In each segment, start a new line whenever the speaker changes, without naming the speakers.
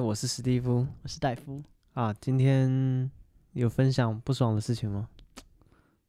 我是史蒂夫
我是戴夫。
啊。今天有分享不爽的事情吗？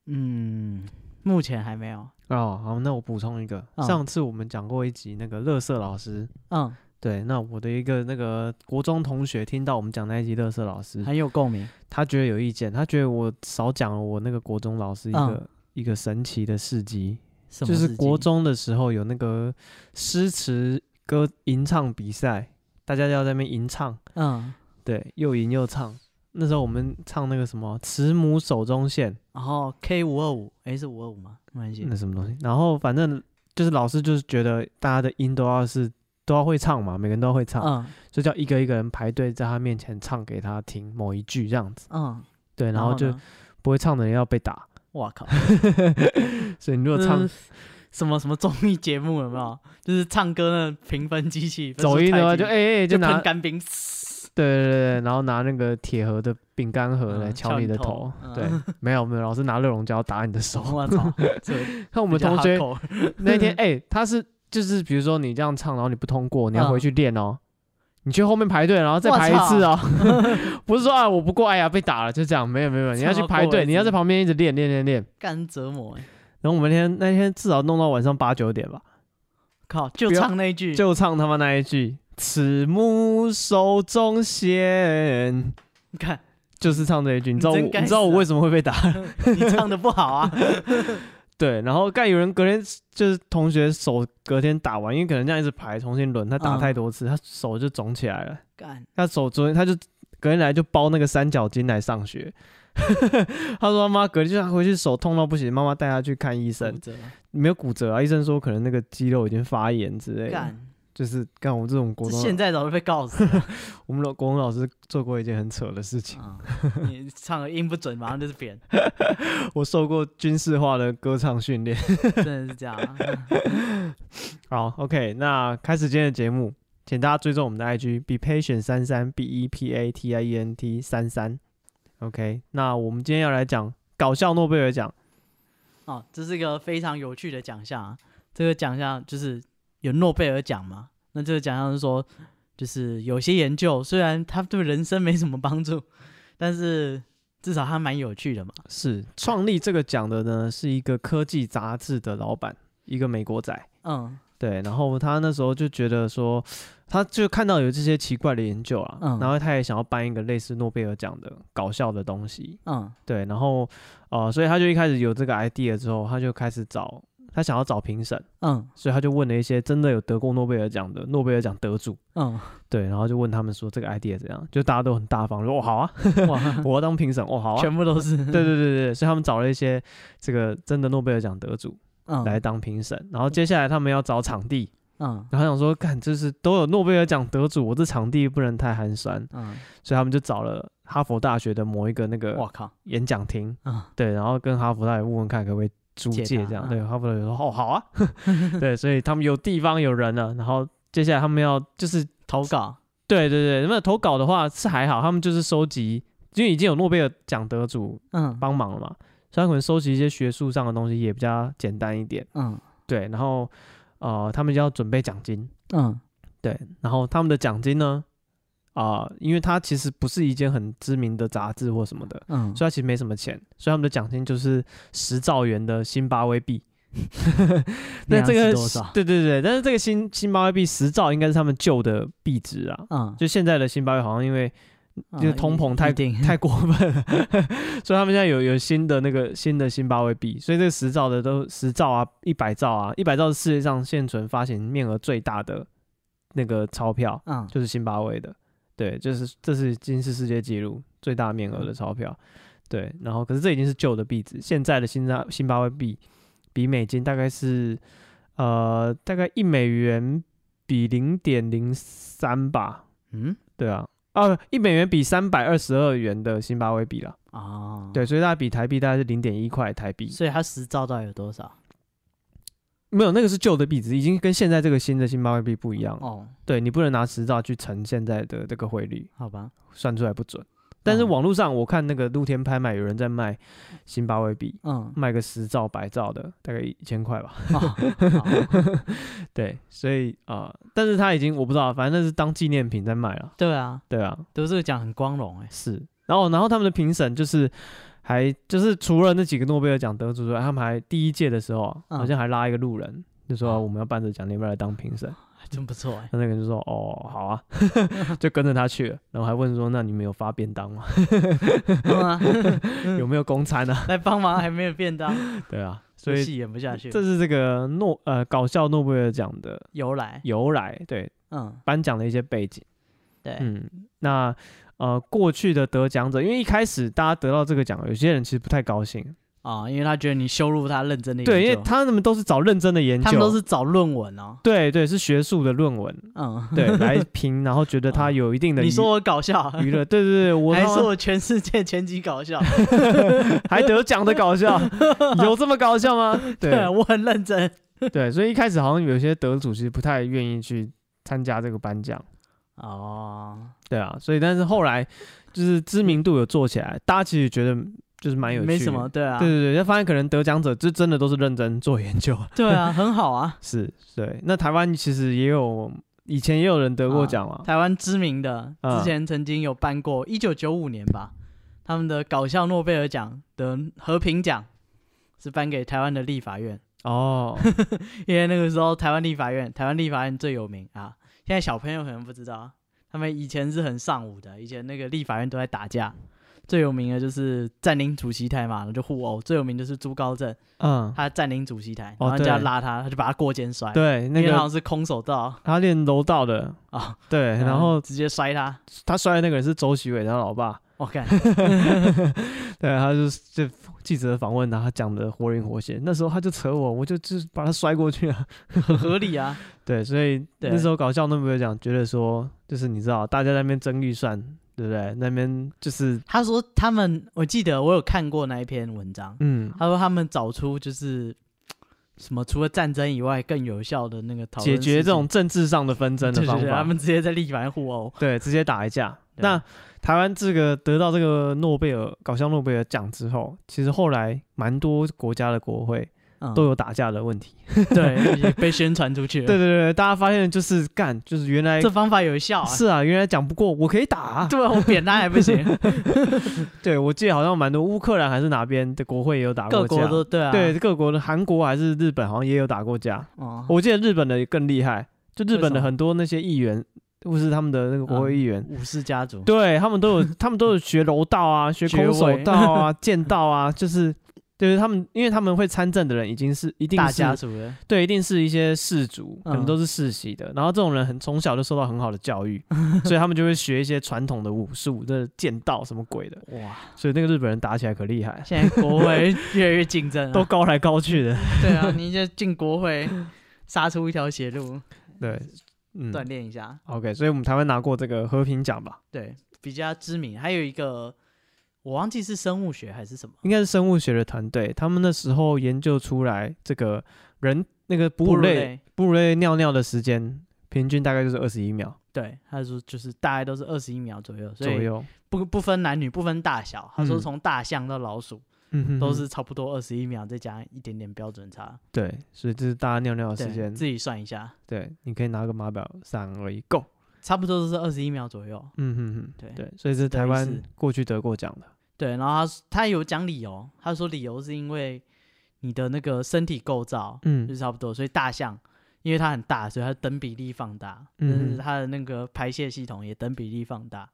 嗯，目前还没有。
哦，好，那我补充一个，
嗯
上次我们讲过一集那个乐色老师，
嗯，
对，那我的一个那个国中同学听到我们讲那一集乐色老师，
嗯很有共鸣。
他觉得有意见，他觉得我少讲了我那个国中老师一个、
嗯
一个神奇的事迹，
什么
就是
事
国
情
中的时候有那个诗词歌吟唱比赛，大家要在那边吟唱。
嗯，
对，又吟又唱。那时候我们唱那个什么《慈母手中线》，
然后 K 五二五，诶，是五二五吗？没关系。
那什么东西？然后反正就是老师就是觉得大家的音都要是都要会唱嘛，每个人都要会唱，
嗯
就叫一个一个人排队在他面前唱给他听某一句这样子。
嗯，
对，然后就
呢，
不会唱的人要被打。
哇靠，
所以你如果唱
嗯什么什么综艺节目有没有？就是唱歌的评分机器，分数
走音的话，
太低
就哎哎就
就
拿
喷干冰，
对对对，然后拿那个铁盒的饼干盒
嗯
来
敲
你
你
的
头嗯
对，没有没有，老师拿热熔胶打你的手。
我 操！这
看我
我，
们同学 那天，哎、他是就是比如说你这样唱，然后你不通过，你要
嗯
回去练哦。你去后面排队，然后再排一次 哦。不是说啊，我不过，哎呀，被打了，就这样。没有没有，没有你要去排
超过
队，
位置
你要在旁边一直练练练练。
干折磨欸，
然后我们那天那天至少弄到晚上八九点吧，
靠，就
不要
唱那一句，
就唱他妈那一句“慈母手中线
你看”，
就是唱这一句。你知道我，
你
你
真该
知道我
死啊
为什么会被打？
你唱的不好啊，
对，然后干有人隔天就是同学手隔天打完，因为可能这样一直排重新轮，他打
嗯
太多次，他手就肿起来了。
干，
他手昨天他就隔天来就包那个三角巾来上学。 他说他妈隔天就他回去手痛到不行，妈妈带他去看医
骨
生，
折
没有骨折啊，医生说可能那个肌肉已经发炎之类的。
干，
就是干我们这种国
这
中
现
老，
在早就被告死了。
我们老国中老师做过一件很扯的事情，
啊， 你唱个音不准，马上就 是扁，
我受过军事化的歌唱训练。
真的是这样啊。
好，OK，那开始今天的节目，请大家追踪我们的 IG be patient 三三 b e p a t i e n t 三三。OK，那我们今天要来讲搞笑诺贝尔奖。
哦，这是一个非常有趣的奖项、啊。这个奖项就是有诺贝尔奖嘛，那这个奖项是说，就是有些研究虽然它对人生没什么帮助， 但是至少它蛮有趣的嘛。
是创立这个奖的呢，是一个科技杂志的老板，一个美国仔。
嗯
对，然后他那时候就觉得说，他就看到有这些奇怪的研究啊，
嗯
然后他也想要办一个类似诺贝尔奖的搞笑的东西。
嗯
对，然后呃，所以他就一开始有这个 idea 之后，他就开始找，他想要找评审，
嗯
所以他就问了一些真的有得过诺贝尔奖的诺贝尔奖得主，
嗯，
对，然后就问他们说这个 idea 怎样，就大家都很大方，说哦好啊，
哇，
我要当评审，哦好啊，
全部都是
对对对对，所以他们找了一些这个真的诺贝尔奖得主来
嗯
当评审，然后接下来他们要找场地，
嗯
然后想说，看就是都有诺贝尔奖得主，我这场地不能太寒酸，
嗯，
所以他们就找了哈佛大学的某一个那个
我靠，
演讲厅，
嗯
对，然后跟哈佛大学问问看可不可以租
借
借
他
这样，
嗯
对，哈佛大学说哦好啊， 对，所以他们有地方有人啊了，然后接下来他们要就是
投稿，
对对对，那么投稿的话是还好，他们就是收集，因为已经有诺贝尔奖得主
嗯
帮忙了嘛，所以他可能收集一些学术上的东西也比较简单一点，
嗯
对，然后呃他们就要准备奖金，
嗯
对，然后他们的奖金呢，啊、因为它其实不是一间很知名的杂志或什么的，
嗯
所以它其实没什么钱，所以他们的奖金就是十兆元的新巴威币。那这
量
个
是多少？
对对对，但是这个新新巴威币十兆应该是他们旧的币值啊，
嗯，
就现在的新巴威好像因为就是
嗯
通膨太
一定
太过分了，所以他们现在有有新的那个新的新巴威币，所以这个十兆的都十兆啊，一百兆啊，一百兆是世界上现存发行面额最大的那个钞票，
嗯
就是新巴威的，对，就是这是金氏世界纪录最大面额的钞票，对，然后可是这已经是旧的币值，现在的新巴新巴威币比美金大概是呃大概一美元比零点零三吧，
嗯
对啊，啊，一美元比三百二十二元的新巴威比啦，
哦，
对，所以大概比台币大概是零点一块台币，
所以它十兆到底有多少？
没有那个是旧的币值，已经跟现在这个新的新巴威币不一样了。
哦，
对你不能拿十兆去乘现在的这个汇率，
好吧，
算出来不准。但是网络上我看那个露天拍卖，有人在卖津巴威币，
嗯，
卖个十兆百兆的，大概一千块吧。
哦 好
对，所以啊、呃但是他已经我不知道，反正那是当纪念品在卖了。
对啊，
对啊，
得这个奖很光荣哎，
是。然后，然后他们的评审就是还就是除了那几个诺贝尔奖得主之外，他们还第一届的时候啊、
嗯
好像还拉一个路人，就说、
哦
我们要办这个奖，你要不要来当评审？
还 真不错哎，
那那个人就说哦好啊， 就跟着他去了。然后还问说那你们有发便当吗？
嗯啊
有没有公餐啊？
来帮忙还没有便当，
对啊，所
所
以
以戏演不下去，
这是这个诺呃搞笑诺贝尔奖的
由来，
由来，对
嗯，
颁奖的一些背景。
对，
嗯，那呃过去的得奖者，因为一开始大家得到这个奖，有些人其实不太高兴，
啊，因为他觉得你羞辱他认真的研究，
对，因为他们都是找认真的研究，
他们都是找论文哦，
对对是学术的论文，
嗯，
对来评，然后觉得它有一定的
你
娱
说我搞笑，
娱乐，对对对，我
还
他妈
说我全世界前几搞笑，
还得奖的搞笑，有这么搞笑吗？
对
对
啊我很认真
对，所以一开始好像有些得主其实不太愿意去参加这个颁奖，
哦，
对啊，所以但是后来就是知名度有做起来，大家其实觉得就是蛮有趣的，
没什么，对啊
对，对对，就发现可能得奖者这真的都是认真做研究，
对啊，很好啊，
是对。那台湾其实也有以前也有人得过奖嘛，
啊台湾知名的
哦嗯
之前曾经有办过，一九九五年吧，他们的搞笑诺贝尔奖的和平奖是颁给台湾的立法院，
哦，
因为那个时候台湾立法院，台湾立法院最有名啊，现在小朋友可能不知道啊，他们以前是很尚武的，以前那个立法院都在打架。最有名的就是占领主席台嘛，然后就互殴。最有名就是朱高正，
嗯，
他占领主席台，
哦
然后人家
对
拉他，他就把他过肩摔，
对，那
因为他好
个
像是空手道
他练柔道的，
啊，
对，哎然后
直接摔他，
他摔的那个人是周习伟他老 爸，
我看
对，他就是就记者访问他，他讲的活灵活现，那时候他就扯我，我就就是把他摔过去啊，
很合理啊，
对，所以
对
那时候搞笑那么讲，觉得说就是你知道大家在那边争预算，对不对？那边就是
他说他们，我记得我有看过那一篇文章，
嗯。
他说他们找出就是什么除了战争以外更有效的那个讨论
解决
事
这
情
种政治上的纷争的
对对
方
对
法
他，们直接在立法院互殴。
对，直接打一架。
对
那台湾这个得到这个诺贝尔搞笑诺贝尔奖之后，其实后来蛮多国家的国会
嗯，
都有打架的问题。
对，也被宣传出去了。
对对对，对大家发现就是干，就是原来
这方法有效啊！
是啊，原来讲不过我可以打、啊。
对啊，我扁他还 不行，啊
对，我记得好像蛮多乌克兰还是哪边的国会也有打
各
过
国
架。
都对啊。
对，，各国的韩国还是日本好像也有打过架。
哦，
我记得日本的更厉害，就日本
为什
的
么嗯
很多那些议员或是他们的那个国会议员，
武士家族。
对他们 都有，他们都有学柔道啊，学空手道啊，剑道啊，就是就是他们，因为他们会参政的人已经是一定
大
是
家族的，
对，一定是一些士族，可能
嗯
都是世袭的。然后这种人很从小就受到很好的教 育，所以他们就会学一些传统的武术，那剑道什么鬼的。
哇！
所以那个日本人打起来可厉 害，
现在国会越来越竞争了，啊
都高来高去的。
对啊，你就进国会，杀出一条血路，
对，嗯
锻炼一下，
，OK，所以我们台湾拿过这个和平奖吧，
对，比较知名。还有一个，我忘记是生物学还是什么，
应该是生物学的团队，他们那时候研究出来这个人那个哺
哺
乳
乳
类。哺乳类尿尿的时间平均大概就是二十一秒
对，他说就是大概都是二十一秒左右，所
左
以
右，
不不分男女，不分大小。他说
嗯
从大象到老鼠
嗯哼
都
哼
是差不多二十一秒，再加一点点标准差。
对，所以这是大家尿尿的时
对，
间。
自己算一下，
对，你可以拿个码表三而已，Go。
差不多都是二十一秒左右。
嗯哼哼，
对
对，所以这是台
等于
湾
是
过去得过奖的。
对，然后他他有讲理由，他说理由是因为你的那个身体构造就
嗯
是差不多，所以大象因为它很大，所以它等比例放大，
嗯
嗯，
哼
它的那个排泄系统也等比例放大，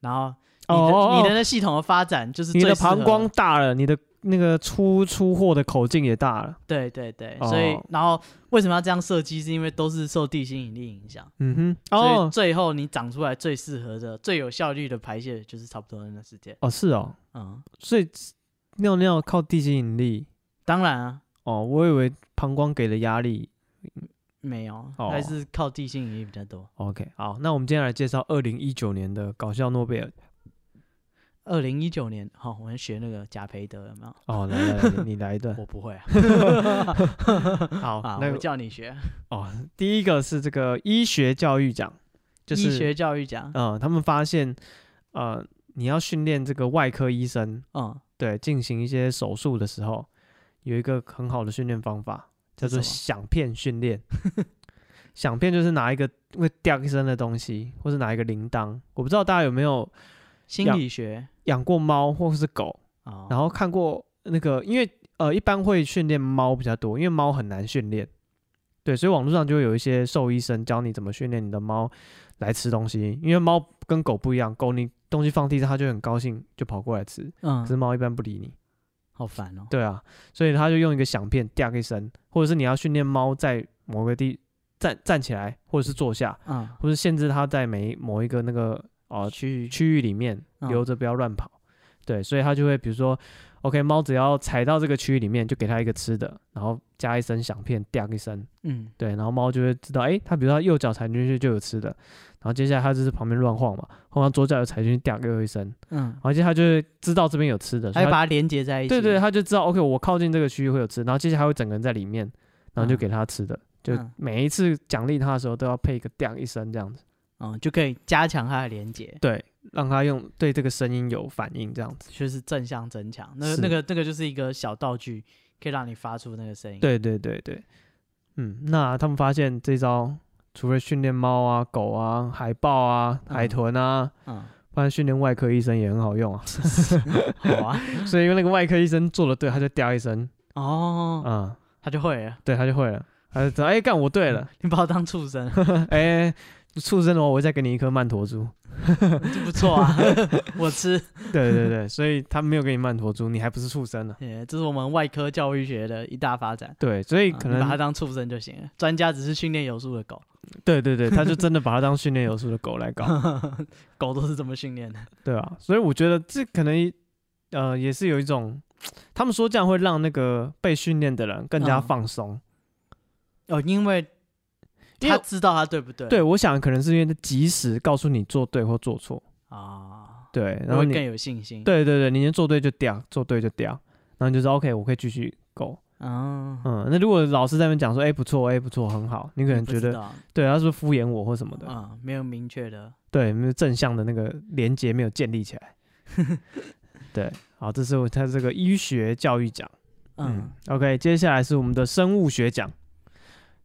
然后你的、
哦，
你的
哦
那系统的发展就是
你
最
的
适合
膀胱，大了，你的那个出出货的口径也大了。
对对对，
哦
所以然后为什么要这样设计？是因为都是受地心引力影响，
嗯哼，
所以
哦
最后你长出来最适合的、最有效率的排泄就是差不多的那时间，
哦是哦，
嗯，
所以尿尿靠地心引力。
当然啊。
哦，我以为膀胱给的压力。
没有，
哦
还是靠地心引力比较多。
OK，好，那我们今天来介绍二零一九年的搞笑诺贝尔。
二零一九年，好、我们学那个贾培德有没有？
哦，来来来，你你来一段。
我不 会啊，
好，
啊
那
我
个
叫你学。
哦，第一个是这 个医学教育奖，就是
医学教育奖，
呃，他们发现呃，你要训练这个外科医生，
嗯，
对，进行一些手术的时候，有一个很好的训练方法，叫
这
做
是什
响片训练。响片就是拿一个会掉一声的东西，或是拿一个铃铛。我不知道大家有没有
心
养
理学
养过猫或是狗，
啊，
然后看过那个，因为呃一般会训练猫比较多，因为猫很难训练，对，所以网络上就会有一些兽医生教你怎么训练你的猫来吃东西，因为猫跟狗不一样，狗你东西放地上它就很高兴就跑过来吃，可是
嗯，
猫一般不理你，
好烦哦，
对啊，所以它就用一个响片“嗲”一声，或者是你要训练猫在某个地站站起来，或者是坐下，
嗯，
或是限制它在每某一个那个啊、呃
去
区域里面
嗯
留着，不要乱跑。对，所以它就会比如说，OK，猫只要踩到这个区域里面，就给它一个吃的，然后加一声响片，嗲一声，
嗯
对，然后猫就会知道，诶，它比如说它右脚踩进去就有吃的，然后接下来它就是旁边乱晃嘛，晃到左脚又踩进去，嗲又一声，然
嗯，
后接下来它就会知道这边有吃的，所
还
以
把
它
它连接在一起，
对对，它就知道 OK，我靠近这个区域会有吃，然后接下来它会整个人在里面，然后就
嗯
给它吃的，就
嗯
每一次奖励它的时候都要配一个嗲一声这样子。
嗯，就可以加强它的连接，
对，让他用对这个声音有反应，这样子。
就是正向增强。那
是
个那个那个就是一个小道具，可以让你发出那个声音。，
对对对对，嗯，那他们发现这招除了训练猫啊、狗啊、海豹啊、海
嗯
豚啊，
嗯，
发现训练外科医生也很好 用啊。
好啊。
所以因为那个外科医生做的对，他就嗲一声啊、
哦，
嗯
他就会了。
对他就会了，他就知道哎干、我对了，
你把我当畜生，
哎、畜生的话，我会再给你一颗曼陀珠。
这不错 啊，我吃。
对对对，所以他没有给你曼陀珠，你还不是畜生呢、
耶这是我们外科教育学的一大发展。
对，所以
啊
可
你
能、
把它当畜生就行了，专家只是训练有素的狗，
对对对，他就真的把它当训练有素的狗来搞。
狗都是这么训练的。
对啊，所以我觉得这可能呃也是有一种，他们说这样会让那个被训练的人更加
嗯
放松。
哦，因为
因为
他知道他对不对？
对，我想可能是因为他及时告诉你做对或做错，
啊，
对，然
然
后
后
你
更有信心。，
对对对，你先做对就掉，做对就掉，然后你就知道 OK，我可以继续勾。
嗯，
嗯，那如果老师在那边讲说，哎、不错，哎、不错，很好，你可能
不
觉
知
得
道
对他是不是敷衍我或什么的，
嗯，没有明确的，
对，没有正向的那个连接没有建立起 来。对，好，这是我他这个医学教育奖。嗯
嗯，
，OK，接下来是我们的生物学奖。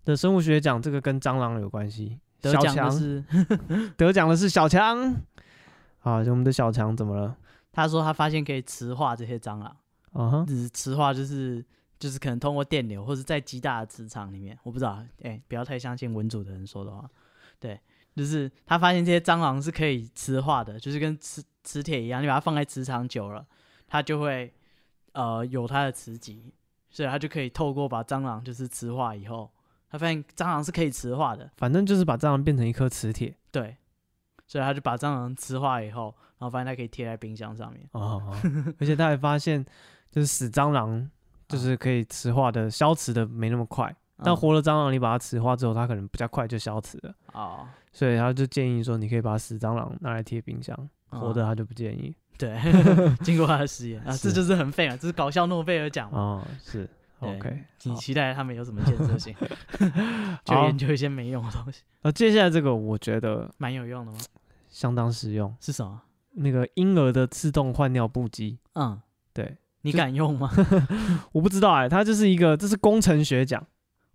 的生物学奖这个跟蟑螂有关系，
得
小
奖的
强
是
得奖的是小强。啊，我们的小强怎么了？
他说他发现可以磁化这些蟑螂，
啊哈，
只是磁化就是就是可能通过电流或者在极大的磁场里面，我不知道，哎、不要太相信文组的人说的话，对，就是他发现这些蟑螂是可以磁化的，就是跟磁磁铁一样，你把它放在磁场久了，它就会呃有它的磁极，所以它就可以透过把蟑螂就是磁化以后，他发现蟑螂是可以磁化的，
反正就是把蟑螂变成一颗磁铁。
对，所以他就把蟑螂磁化以后，然后发现它可以贴在冰箱上面。
哦，哦 而且他还发现，就是死蟑螂就是可以磁化的，消磁的没那么快。但
嗯
活的蟑螂你把它磁化之后，它可能比较快就消磁了。
哦，
所以他就建议说，你可以把死蟑螂拿来贴冰箱，活
嗯
的他就不建议。
对， 经过他的实验啊，这
是
就是很废啊，这是搞笑诺贝尔奖嘛。
哦，是
对
OK。
你
好
期待他们有什么建设性？ 就
好
研究一些没用的东西，
那接下来这个我觉得
蛮有用的吗？
相当实用，
是什么？
那个婴儿的自动换尿布机。
嗯，
对，
你
就
敢 用吗？
我不知道哎、它就是一个，这是工程学奖。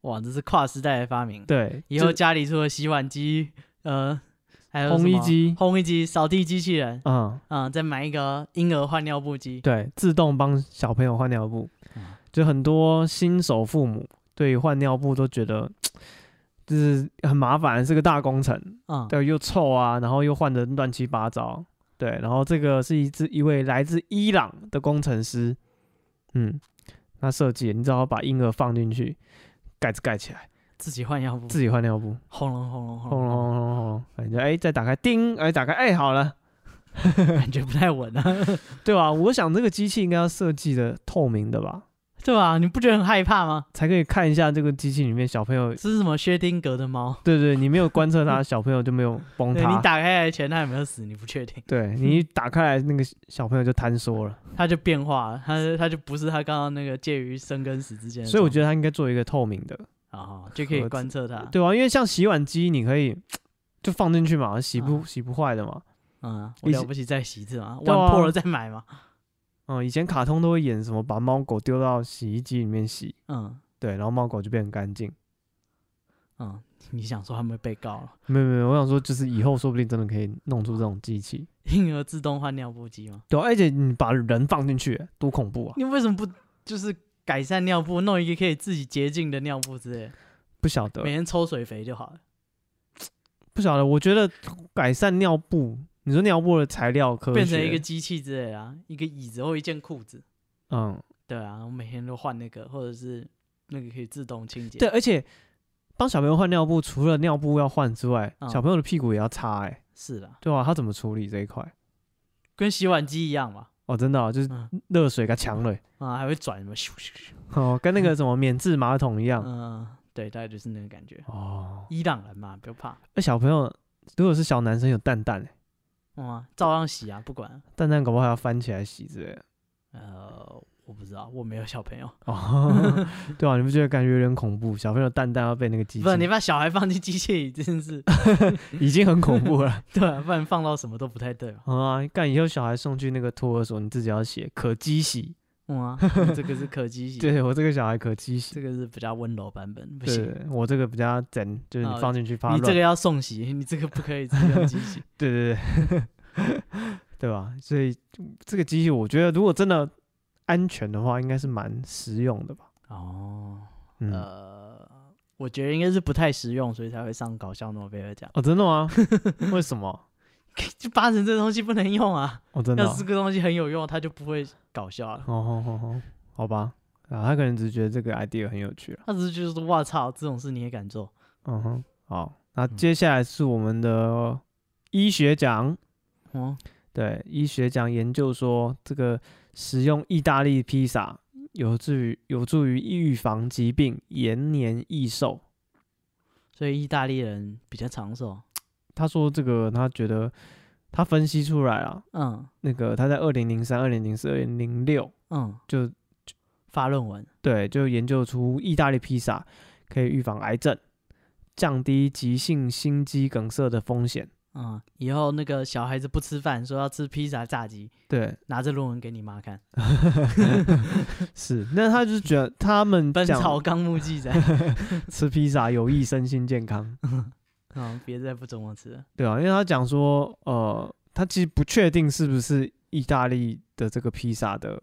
哇，这是跨时代的发明。
对，
以后
这
家里除了洗碗机，呃，还有
烘衣
什么
机
烘衣机、扫地机器人，
嗯，
嗯，再买一个婴儿换尿布机。
对，自动帮小朋友换尿布
嗯，
就很多新手父母对于换尿布都觉得。就是很麻烦，是个大工程，
嗯，
对，又臭啊，然后又换的乱七八糟，对，然后这个是一只一位来自伊朗的工程师，嗯，他设计的，你只好把婴儿放进去，盖子盖起来，
自己换尿布，
自己换尿布，
轰隆轰隆轰
轰隆
隆，
轰隆轰隆，感觉哎，再打开，叮，哎，打开，哎，好了，
感觉不太稳啊，
对吧？我想这个机器应该要设计的透明的吧，
对吧？你不觉得很害怕吗？
才可以看一下这个机器里面小朋友。
这是什么薛丁格的猫？
对对，你没有观测它，小朋友就没有崩
对
塌。
你打开来前他有没有死，你不确定，
对你一打开来，那个小朋友就坍缩 了。
他就变化了，他他就不是他刚刚那个介于生跟死之间的状态，
所以我觉得它应该做一个透明的，
得啊、就可以
盒子
观测他，
啊
啊
对吧、因为像洗碗机，你可以就放进去嘛，洗不洗不坏的嘛。
嗯，我
以前
了不起再洗一次嘛，
对啊
玩破了再买嘛。
嗯，以前卡通都会演什么把猫狗丢到洗衣机里面洗，
嗯
对，然后猫狗就变很干净。
嗯，你想说他们被告了，
没有没有，我想说就是以后说不定真的可以弄出这种机器。
婴儿自动换尿布机吗？
对啊、而且你把人放进去，多恐怖啊！
你为什么不就是改善尿布，弄一个可以自己洁净的尿布之类的，
不晓
每
得，
天抽水肥就好了。
不晓得。我觉得改善尿布，你说尿布的材料科学，
变成一个机器之类的啊，一个椅子或一件裤子。
嗯，
对啊，我每天都换那个，或者是那个可以自动清洁。
对，，而且帮小朋友换尿布，除了尿布要换之外，
嗯
小朋友的屁股也要擦、欸，哎，
是啦，
对啊，他怎么处理这一块？
跟洗碗机一样嘛，
哦，真的、啊、就是
嗯
热水给它强了欸、
啊，还会转什么咻咻咻。
哦，跟那个什么免治马桶一样。
嗯、对，大概就是那个感觉。
哦，
伊朗人嘛，不要怕，
那小朋友如果是小男生有蛋蛋、欸，
嗯啊、照样洗啊，不管。
蛋蛋搞不好还要翻起来洗之类的。
呃，我不知道，我没有小朋友。
哦，对啊，你不觉得感觉有点恐怖？小朋友蛋蛋要被那个机
不然你
器，
把小孩放进机械里，真的是
已经很恐怖了。
对啊，不然放到什么都不太对嘛。
嗯啊，干以后小孩送去那个托儿所，你自己要写可机洗。
嗯啊， 嗯这个是可机洗，
对我这个小孩可机洗，
这个是比较温柔版本，不
对
行。
对我这个比较整，就是你
哦
放进去怕
你
乱。
这个要送洗，你这个不可以自用机 洗。
对对对， 对吧？所以这个机器，我觉得如果真的安全的话，应该是蛮实用的吧。
哦，
嗯，
呃，我觉得应该是不太实用，所以才会上搞笑诺贝尔奖。
哦，真的吗？为什么？
就八成这东西不能用啊，
哦，真的
要
哦
是这个东西很有用，它就不会搞笑了。
哦，哦哦哦，好吧。啊，他可能只是觉得这个 idea 很有趣了。啊
他只是就是说，哇操，这种事你也敢做？
嗯哼，好，那
嗯
接下来是我们的医学奖。
嗯，
对，医学奖研究说，这个食用意大利披萨有助于有助于预防疾病、延年益寿。
所以意大利人比较长寿。
他说这个他觉得他分析出来啊，
嗯
那个他在二零零三、二零零四、二零零六
嗯，
就
发论文。
对就研究出意大利披萨可以预防癌症，降低急性心肌梗塞的风险。
嗯，以后那个小孩子不吃饭，说要吃披萨炸鸡，
对，
拿着论文给你妈看，
是，那他就觉 得他们
《本草
讲
纲目》记载。
吃披萨有益身心健康，
嗯，别再不中我吃了。
对啊，因为他讲说，呃，他其实不确定是不是意大利的这个披萨的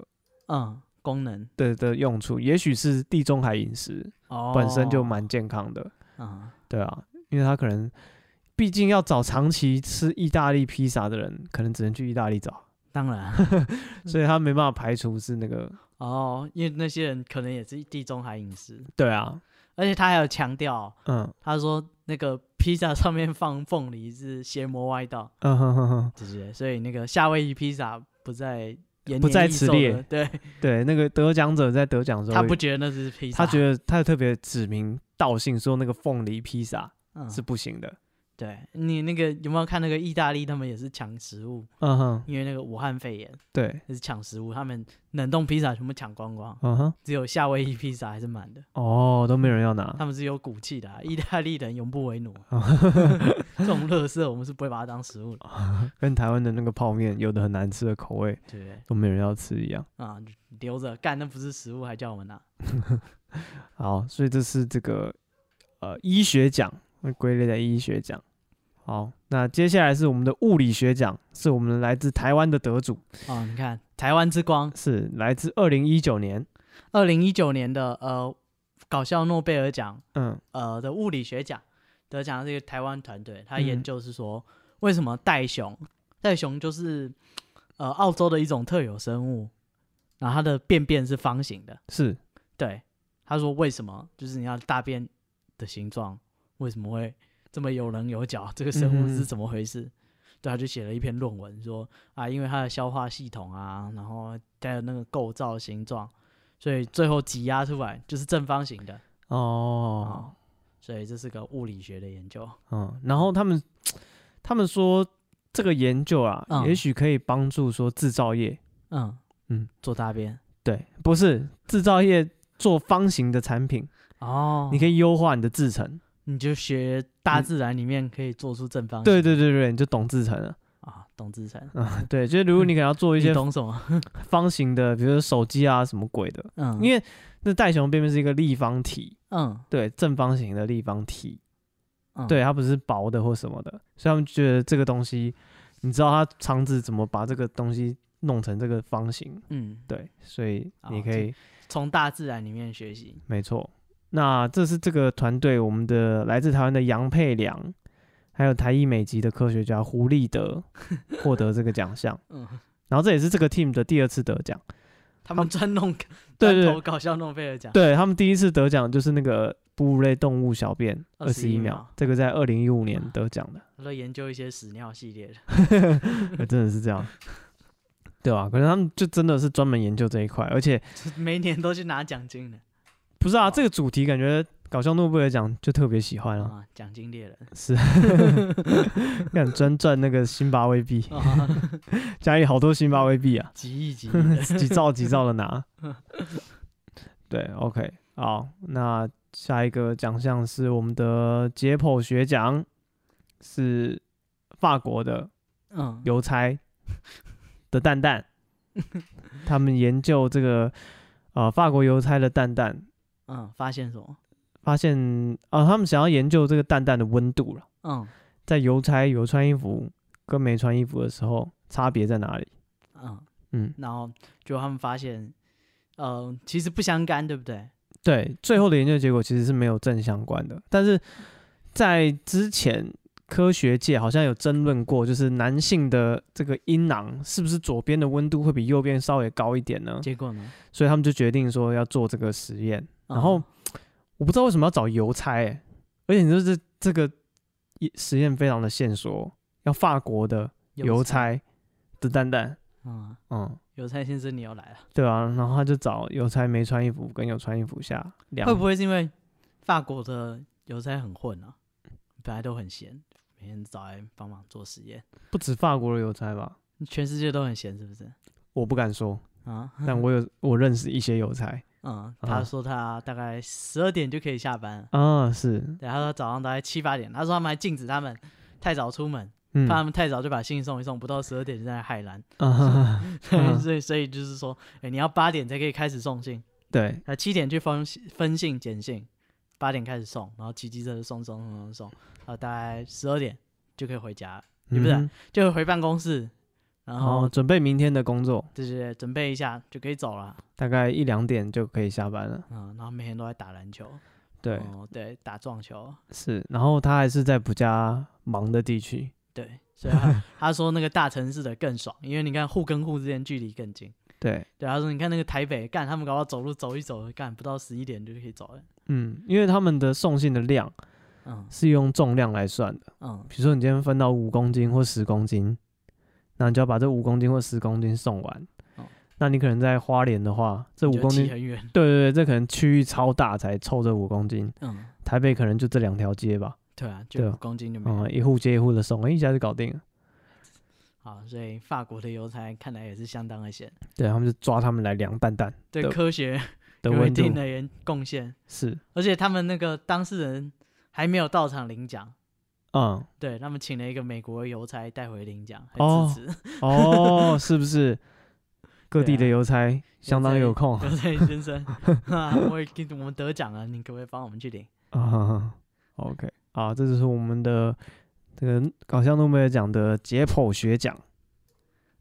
嗯，功能
的的用处，也许是地中海饮食
哦，
本身就蛮健康的，
嗯
对啊，因为他可能毕竟要找长期吃意大利披萨的人，可能只能去意大利找，
当然嗯
所以他没办法排除是那个。
哦，因为那些人可能也是地中海饮食，
对啊，
而且他还有强调，
嗯
他说那个披萨上面放凤梨是邪魔歪道，
嗯哼哼哼，
直接，所以那个夏威夷披萨不在延
不
年
在
益
此
寿的
列
对
对，那个得奖者在得奖的时候，
他不觉得那只是披萨，
他觉得他特别指名道姓说那个凤梨披萨
得嗯
是不行的。
对你那个有没有看那个意大利他们也是抢食物，
嗯哼，
因为那个武汉肺炎
对，
那是抢食物，他们冷冻披萨全部抢光光，
嗯哼，
只有夏威夷披萨还是满的。
哦，都没有人要拿。
他们是有骨气的啊、意大利人永不为 奴。这种垃圾我们是不会把它当食物的，
跟台湾的那个泡面有的很难吃的口味
对不对？
都没有人要吃一样。
啊，就留着干，那不是食物还叫我们拿？
好，所以这是这个呃医学奖，会归类在医学奖。好，那接下来是我们的物理学奖，是我们来自台湾的得主，
啊，你看台湾之光，
是来自二零一九年。
二零一九年的呃搞笑诺贝尔奖
嗯
呃的物理学奖得奖的这个台湾团队，他
嗯
研究是说、为什么袋熊，袋熊就是呃澳洲的一种特有生物，然后它的便便是方形的，
是，
对，他说为什么就是你要大便的形状为什么会这么有棱有角？这个生物
嗯
是
哼
怎么回事？对，他就写了一篇论文说啊，因为它的消化系统啊，然后还有那个构造形状，所以最后挤压出来就是正方形的。
哦，
所以这是个物理学的研究。
嗯，然后他们他们说这个研究啊，
嗯
也许可以帮助说制造业，
嗯
嗯，
做大便
对，不是制造业做方形的产品，
哦，
你可以优化你的制成。
你就学大自然里面可以做出正方形。
对对对对，你就懂制成了。
啊，懂资产，
嗯，对，就是如果你可能要做一
你
些
懂什么？
方形的，比如说手机啊什么鬼的，
嗯，
因为那袋熊便便是一个立方体，
嗯
对，正方形的立方体，
嗯
对，啊它不是薄的或什么的，所以他们觉得这个东西，你知道它肠子怎么把这个东西弄成这个方形，
嗯，
对，所以你
哦
可以，
从大自然里面学习，
没错。那这是这个团队，我们的来自台湾的杨佩良，还有台裔美籍的科学家胡立德获得这个奖项，
嗯，
然后这也是这个 team 的第二次得奖，
他们专弄
对对
专投搞笑诺贝尔奖，
对他们第一次得奖就是那个哺乳类动物小便二十一
21
秒
秒，
这个在二零一五年得奖 的。
他说研究一些屎尿系列的，
欸真的是这样，对啊吧、可能他们就真的是专门研究这一块，而且
就是每年都去拿奖金的
不是啊，
哇
这个主题感觉搞笑诺贝尔奖就特别喜欢啊，
啊，奖金猎 人，
是，看专赚那个津巴威币，
啊，
家里好多津巴威币啊，
几亿几亿的
几兆几兆的拿。对，OK，好，那下一个奖项是我们的解剖学奖，是法国的
嗯，
邮差的蛋蛋，他们研究这个呃法国邮差的蛋蛋，
嗯，发现什么？
发现啊、他们想要研究这个蛋蛋的温度了，
嗯
在邮差有穿衣服跟没穿衣服的时候差别在哪里？
嗯，
嗯，
然后就他们发现，呃，其实不相干，对不对？
对，最后的研究结果其实是没有正相关的，但是在之前。科学界好像有争论过，就是男性的这个阴囊是不是左边的温度会比右边稍微高一点呢？
结果呢？
所以他们就决定说要做这个实验。
嗯
然后我不知道为什么要找邮差、欸，而且你说这这个一实验非常的线索，要法国的邮，差的蛋蛋，
嗯，
嗯，
邮差先生你又来了，
对啊，然后他就找邮差没穿衣服跟有穿衣服下量，
会不会是因为法国的邮差很混啊？本来都很闲，每天找来帮忙做实验，
不止法国的邮差吧？
全世界都很闲，是不是？
我不敢说，
啊，
但我有我认识一些邮差
嗯，他说他大概十二点就可以下班了，
啊，是，
然后他早上大概七八点，他说他们还禁止他们太早出门，
嗯
怕他们太早就把信送一送，不到十二点就在那海南，
啊，嗯
所以所以就是说，哎、你要八点才可以开始送信，
对，
呃，七点去分信分信简信，八点开始送，然后骑机车就送送送送送，然后大概十二点就可以回家，你不是啊
嗯
就回办公室，
哼，
然
然
后
后准备明天的工作，
对对对，准备一下就可以走了，
大概一两点就可以下班了，
嗯，然后每天都在打篮球，
对，
哦对，打撞球，
是，然后他还是在比较忙的地区，
对，所 以他他说那个大城市的更爽，因为你看户跟户之间距离更近。
对，
对，他说你看那个台北，干他们搞到走路走一走，干不到十一点就可以走了。
嗯，因为他们的送信的量
嗯
是用重量来算的，
嗯
比如说你今天分到五公斤或十公斤，那你就要把这五公斤或十公斤送完。
哦
那你可能在花莲的话，这五
就
公
骑
斤，
很远。
对对对，这可能区域超大才凑这五公斤，
嗯，
台北可能就这两条街吧，
对啊，
对
就
啊
五公斤就没了。
嗯，一户接一户的送，哎一下就搞定了。
好，所以法国的邮差看来也是相当的闲，
对，他们就抓他们来量蛋蛋
对
的
科学
的
有一
温度
定，的研贡献，
是，
而且他们那个当事人还没有到场领奖。
嗯，
对他们请了一个美国邮差带回领奖，
哦
很支持。
哦， 是不是？各地
对
的
啊
邮差相当有空啊
邮差先生， 啊我也给我们得奖了，你可不可以帮我们去领？
啊，OK，啊， 这就是我们的这个搞笑诺贝尔奖的解剖学奖。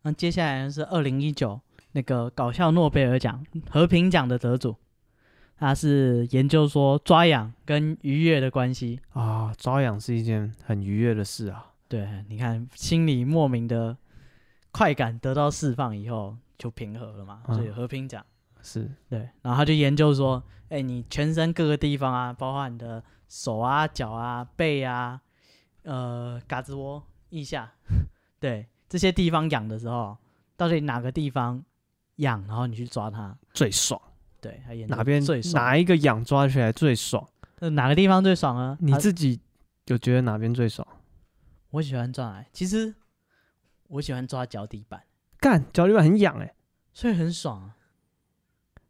那接下来是二零一九那个搞笑诺贝尔奖和平奖的得主，他是研究说抓痒跟愉悦的关系。
啊，抓痒是一件很愉悦的事啊。
对，你看心里莫名的快感得到释放以后就平和了嘛，
嗯
所以和平奖。
是，
对，然后他就研究说，哎，你全身各个地方啊，包括你的手啊、脚啊、背啊、呃、嘎吱窝、腋下， 对这些地方痒的时候，到底哪个地方痒，然后你去抓它，
最爽，
对，他研究
哪边
哎最爽？
哪一个痒抓起来最爽？
那哪个地方最爽呢？
你
他
自己有觉得哪边最爽？
我喜欢抓哪里？其实我喜欢抓脚底板，
干，脚底板很痒哎、
所以很爽啊。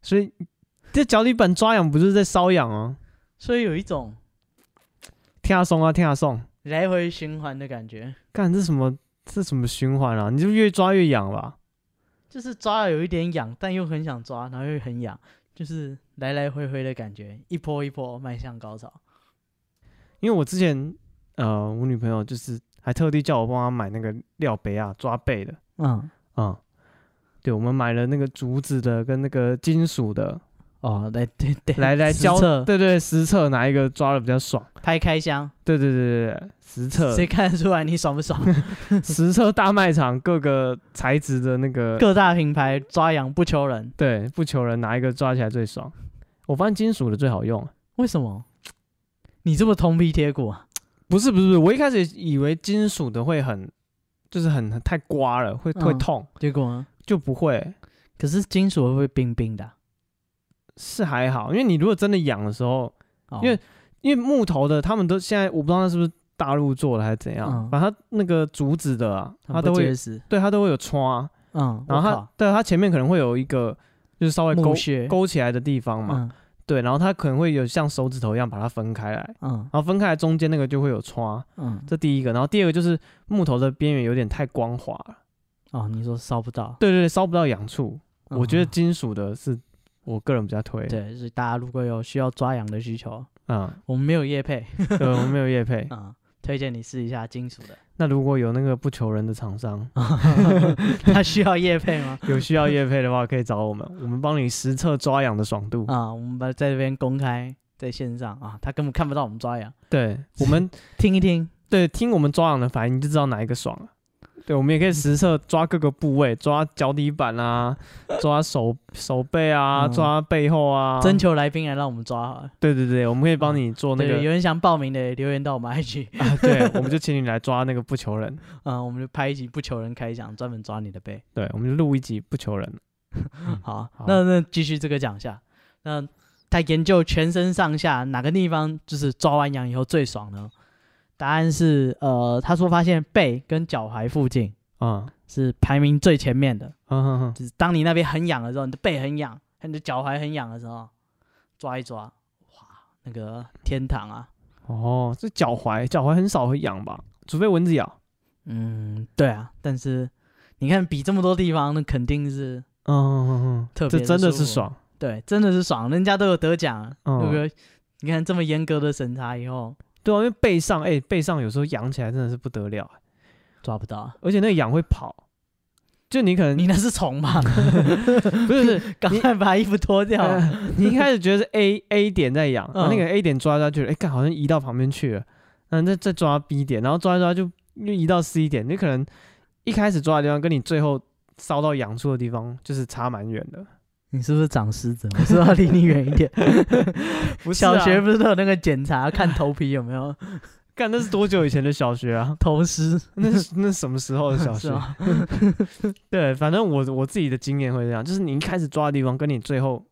所以这脚底板抓痒不就是在瘙痒哦？
所以有一种
听啊松啊，听啊松，
来回循环的感觉。
干这什么这什么循环啊？你就越抓越痒吧？
就是抓了有一点痒，但又很想抓，然后又很痒，就是来来回回的感觉，一波一波迈向高潮。
因为我之前呃，我女朋友就是还特地叫我帮她买那个料杯啊，抓背的
嗯，
啊、嗯对，我们买了那个竹子的跟那个金属 的，
哦，来对对，
来来
实
交，
测
对对，实测哪一个抓的比较爽？
拍开箱，
对对对对对，实测
谁看得出来你爽不爽？
实测大卖场各个材质的那个，
各大品牌抓痒不求人，
对，不求人哪一个抓起来最爽？我发现金属的最好用，
为什么？你这么通屁贴骨啊？
不是不是，不是我一开始以为金属的会很，就是很很太刮了，会会
嗯
痛，
结果呢？
就不会，
可是金属会不会冰冰的啊、
是还好，因为你如果真的痒的时候，
哦
因为因为木头的他们都现在我不知道那是不是大陆做的还是怎样，
嗯
反正它那个竹子的啊，它
很
都
不
会
结实，
对它都会有穿，
嗯，
然后它
我靠
对它前面可能会有一个就是稍微勾
木屑，
勾起来的地方嘛，
嗯
对，然后它可能会有像手指头一样把它分开来，
嗯
然后分开来中间那个就会有穿，
嗯，
这第一个，然后第二个就是木头的边缘有点太光滑了，
哦，你说烧不到，
对对对，烧不到痒处，我觉得
嗯
金属的是我个人比较推，
对，所以大家如果有需要抓痒的需求，
嗯，
我们没有 叶配，
对，我们没有叶配，
嗯，推荐你试一下金属的。
那如果有那个不求人的厂商，
他需要叶配吗？
有需要叶配的话，可以找我们，我们帮你实测抓痒的爽度。
啊，我们把在这边公开在线上啊，他根本看不到我们抓痒，
对，我 们
听一听，
对听我们抓痒的反应，你就知道哪一个爽了。对，我们也可以实测抓各个部位，抓脚底板 啊，抓手手背啊，
嗯
抓背后啊。
征求来宾来让我们抓好了。
对对对，我们可以帮你做那
对，有
个，
人想报名的留言到我们 IG，
啊对，我们就请你来抓那个不求人。
嗯，我们就拍一集不求人开讲，专门抓你的背。
对，我们就录一集不求人。
好
好，
那那继续这个讲一下，那他研究全身上下哪个地方就是抓完痒以后最爽呢？答案是呃，他说发现背跟脚踝附近
啊，
是排名最前面的，
嗯哼哼，
就是当你那边很痒的时候，你的背很痒，你的脚踝很痒的时候，抓一抓，哇，那个天堂啊！
哦，这脚踝，脚踝很少会痒吧？除非蚊子咬。
嗯，对啊，但是你看比这么多地方，那肯定是
嗯哼哼哼，
特
这
别
真的
舒
是
服
爽。
对，真的是爽，人家都有得奖啊，
嗯
对不对？你看这么严格的审查以后
对啊，因为背上，哎、背上有时候痒起来真的是不得了，
抓不到啊，
而且那个痒会跑，就你可能
你那是虫吧？
不是不是
赶快把衣服脱掉。
呃你一开始觉得是 A A 点在痒，然后那
嗯
个 A 点抓一抓觉得，哎、干好像移到旁边去了，然后再再抓 B 点，然后抓一抓就又移到 C 点，你可能一开始抓的地方跟你最后烧到痒处的地方就是差蛮远的。
你是不是长虱子？我是要离你远一点。
不是、啊、
小学不是都有那个检查，看头皮有没有
干那是多久以前的小学啊？
头虱？
那是 那是啊什么时候的小
是
学？
吗？
对，反正我我自己的经验会这样，就是你一开始抓的地方跟你最后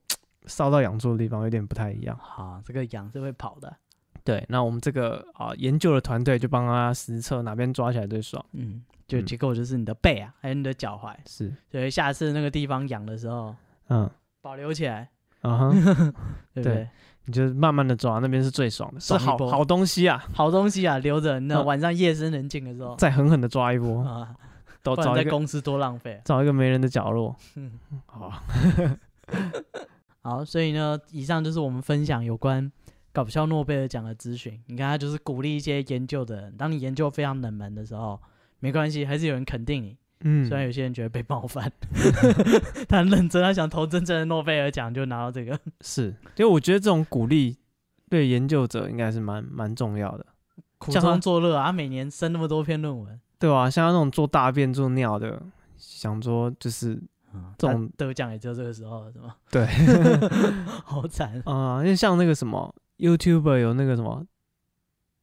烧到痒处的地方有点不太一样。
好，这个羊是会跑的。
对，那我们这个啊、研究的团队就帮他实测哪边抓起来最爽。
嗯，就
嗯
结果就是你的背啊，还有你的脚踝，
是，
所以下次那个地方痒的时候
嗯，
保留起来，
啊 哈，
对不
对
对？
你就慢慢的抓，那边是最爽的，是
爽一
好
波
好东西啊，
好东西啊，留着。那
嗯
晚上夜深人静的时候
再狠狠的抓一波，
啊，
都
不
找
然
一
在
个
公司多浪费啊。
找一个没人的角落。
嗯
好，
好，所以呢，以上就是我们分享有关搞笑诺贝尔奖的资讯。你看，他就是鼓励一些研究的人，当你研究非常冷门的时候，没关系，还是有人肯定你。
嗯
虽，然有些人觉得被冒犯， 他很认真，他想投真正的诺贝尔奖，就拿到这个。
是，因为我觉得这种鼓励对研究者应该是蛮蛮重要的，
苦
像他
中作乐啊！他每年生那么多篇论文，
对吧、像他那种做大便做尿的，想说就是
啊，
嗯这种
他得奖也就这个时候了，是吗？
对，
好惨。
啊、因为像那个什么 YouTuber 有那个什么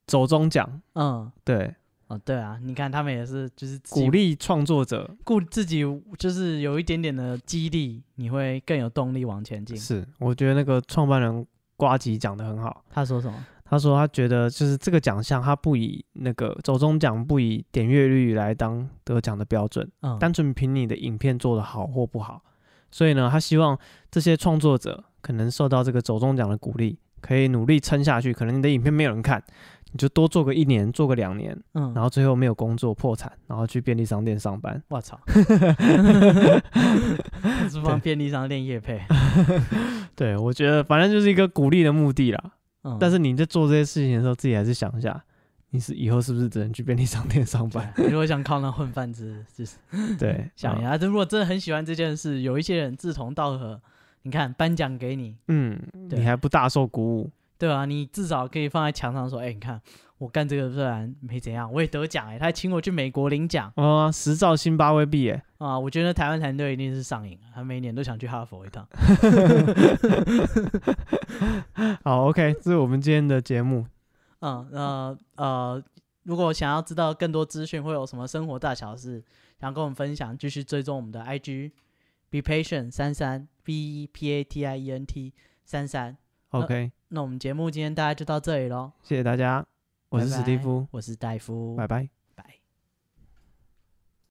走中奖，
嗯，
对，
哦，对啊，你看他们也是，就是自己
鼓励创作者
顾自己，就是有一点点的激励，你会更有动力往前进。
是，我觉得那个创办人瓜吉讲的很好。
他说什么？
他说他觉得就是这个奖项，他不以那个走中奖不以点阅率来当得奖的标准，
嗯，
单纯凭你的影片做的好或不好。所以呢，他希望这些创作者可能受到这个走中奖的鼓励，可以努力撑下去。可能你的影片没有人看，你就多做个一年，做个两年，
嗯，
然后最后没有工作破产，然后去便利商店上班。
我 操，是帮便利商店夜配，
对我觉得反正就是一个鼓励的目的啦。
嗯，
但是你在做这些事情的时候，自己还是想一下，你是以后是不是只能去便利商店上 班？
对如果想靠那混饭 吃，就是
对，啊
想一
呀，
下。啊这如果真的很喜欢这件事，有一些人志同道合，你看颁奖给你，
嗯，
对
你还不大受鼓舞，
对吧、你至少可以放在墙上说，哎、你看我干这个虽然没怎样，我也得奖哎、他还请我去美国领奖
啊，十兆津巴威 币，哎，
啊！我觉得台湾团队一定是上瘾，他每年都想去哈佛一趟。
好，OK，这是我们今天的节目。
嗯，呃呃，如果想要知道更多资讯，会有什么生活大小事，想跟我们分享，继续追踪我们的 IG be patient 三三 b e p a t i e n t 三三。
OK，、
那我们节目今天大概就到这里喽，
谢谢大家，我是
拜
史蒂
拜
夫，
我是戴夫，
拜拜。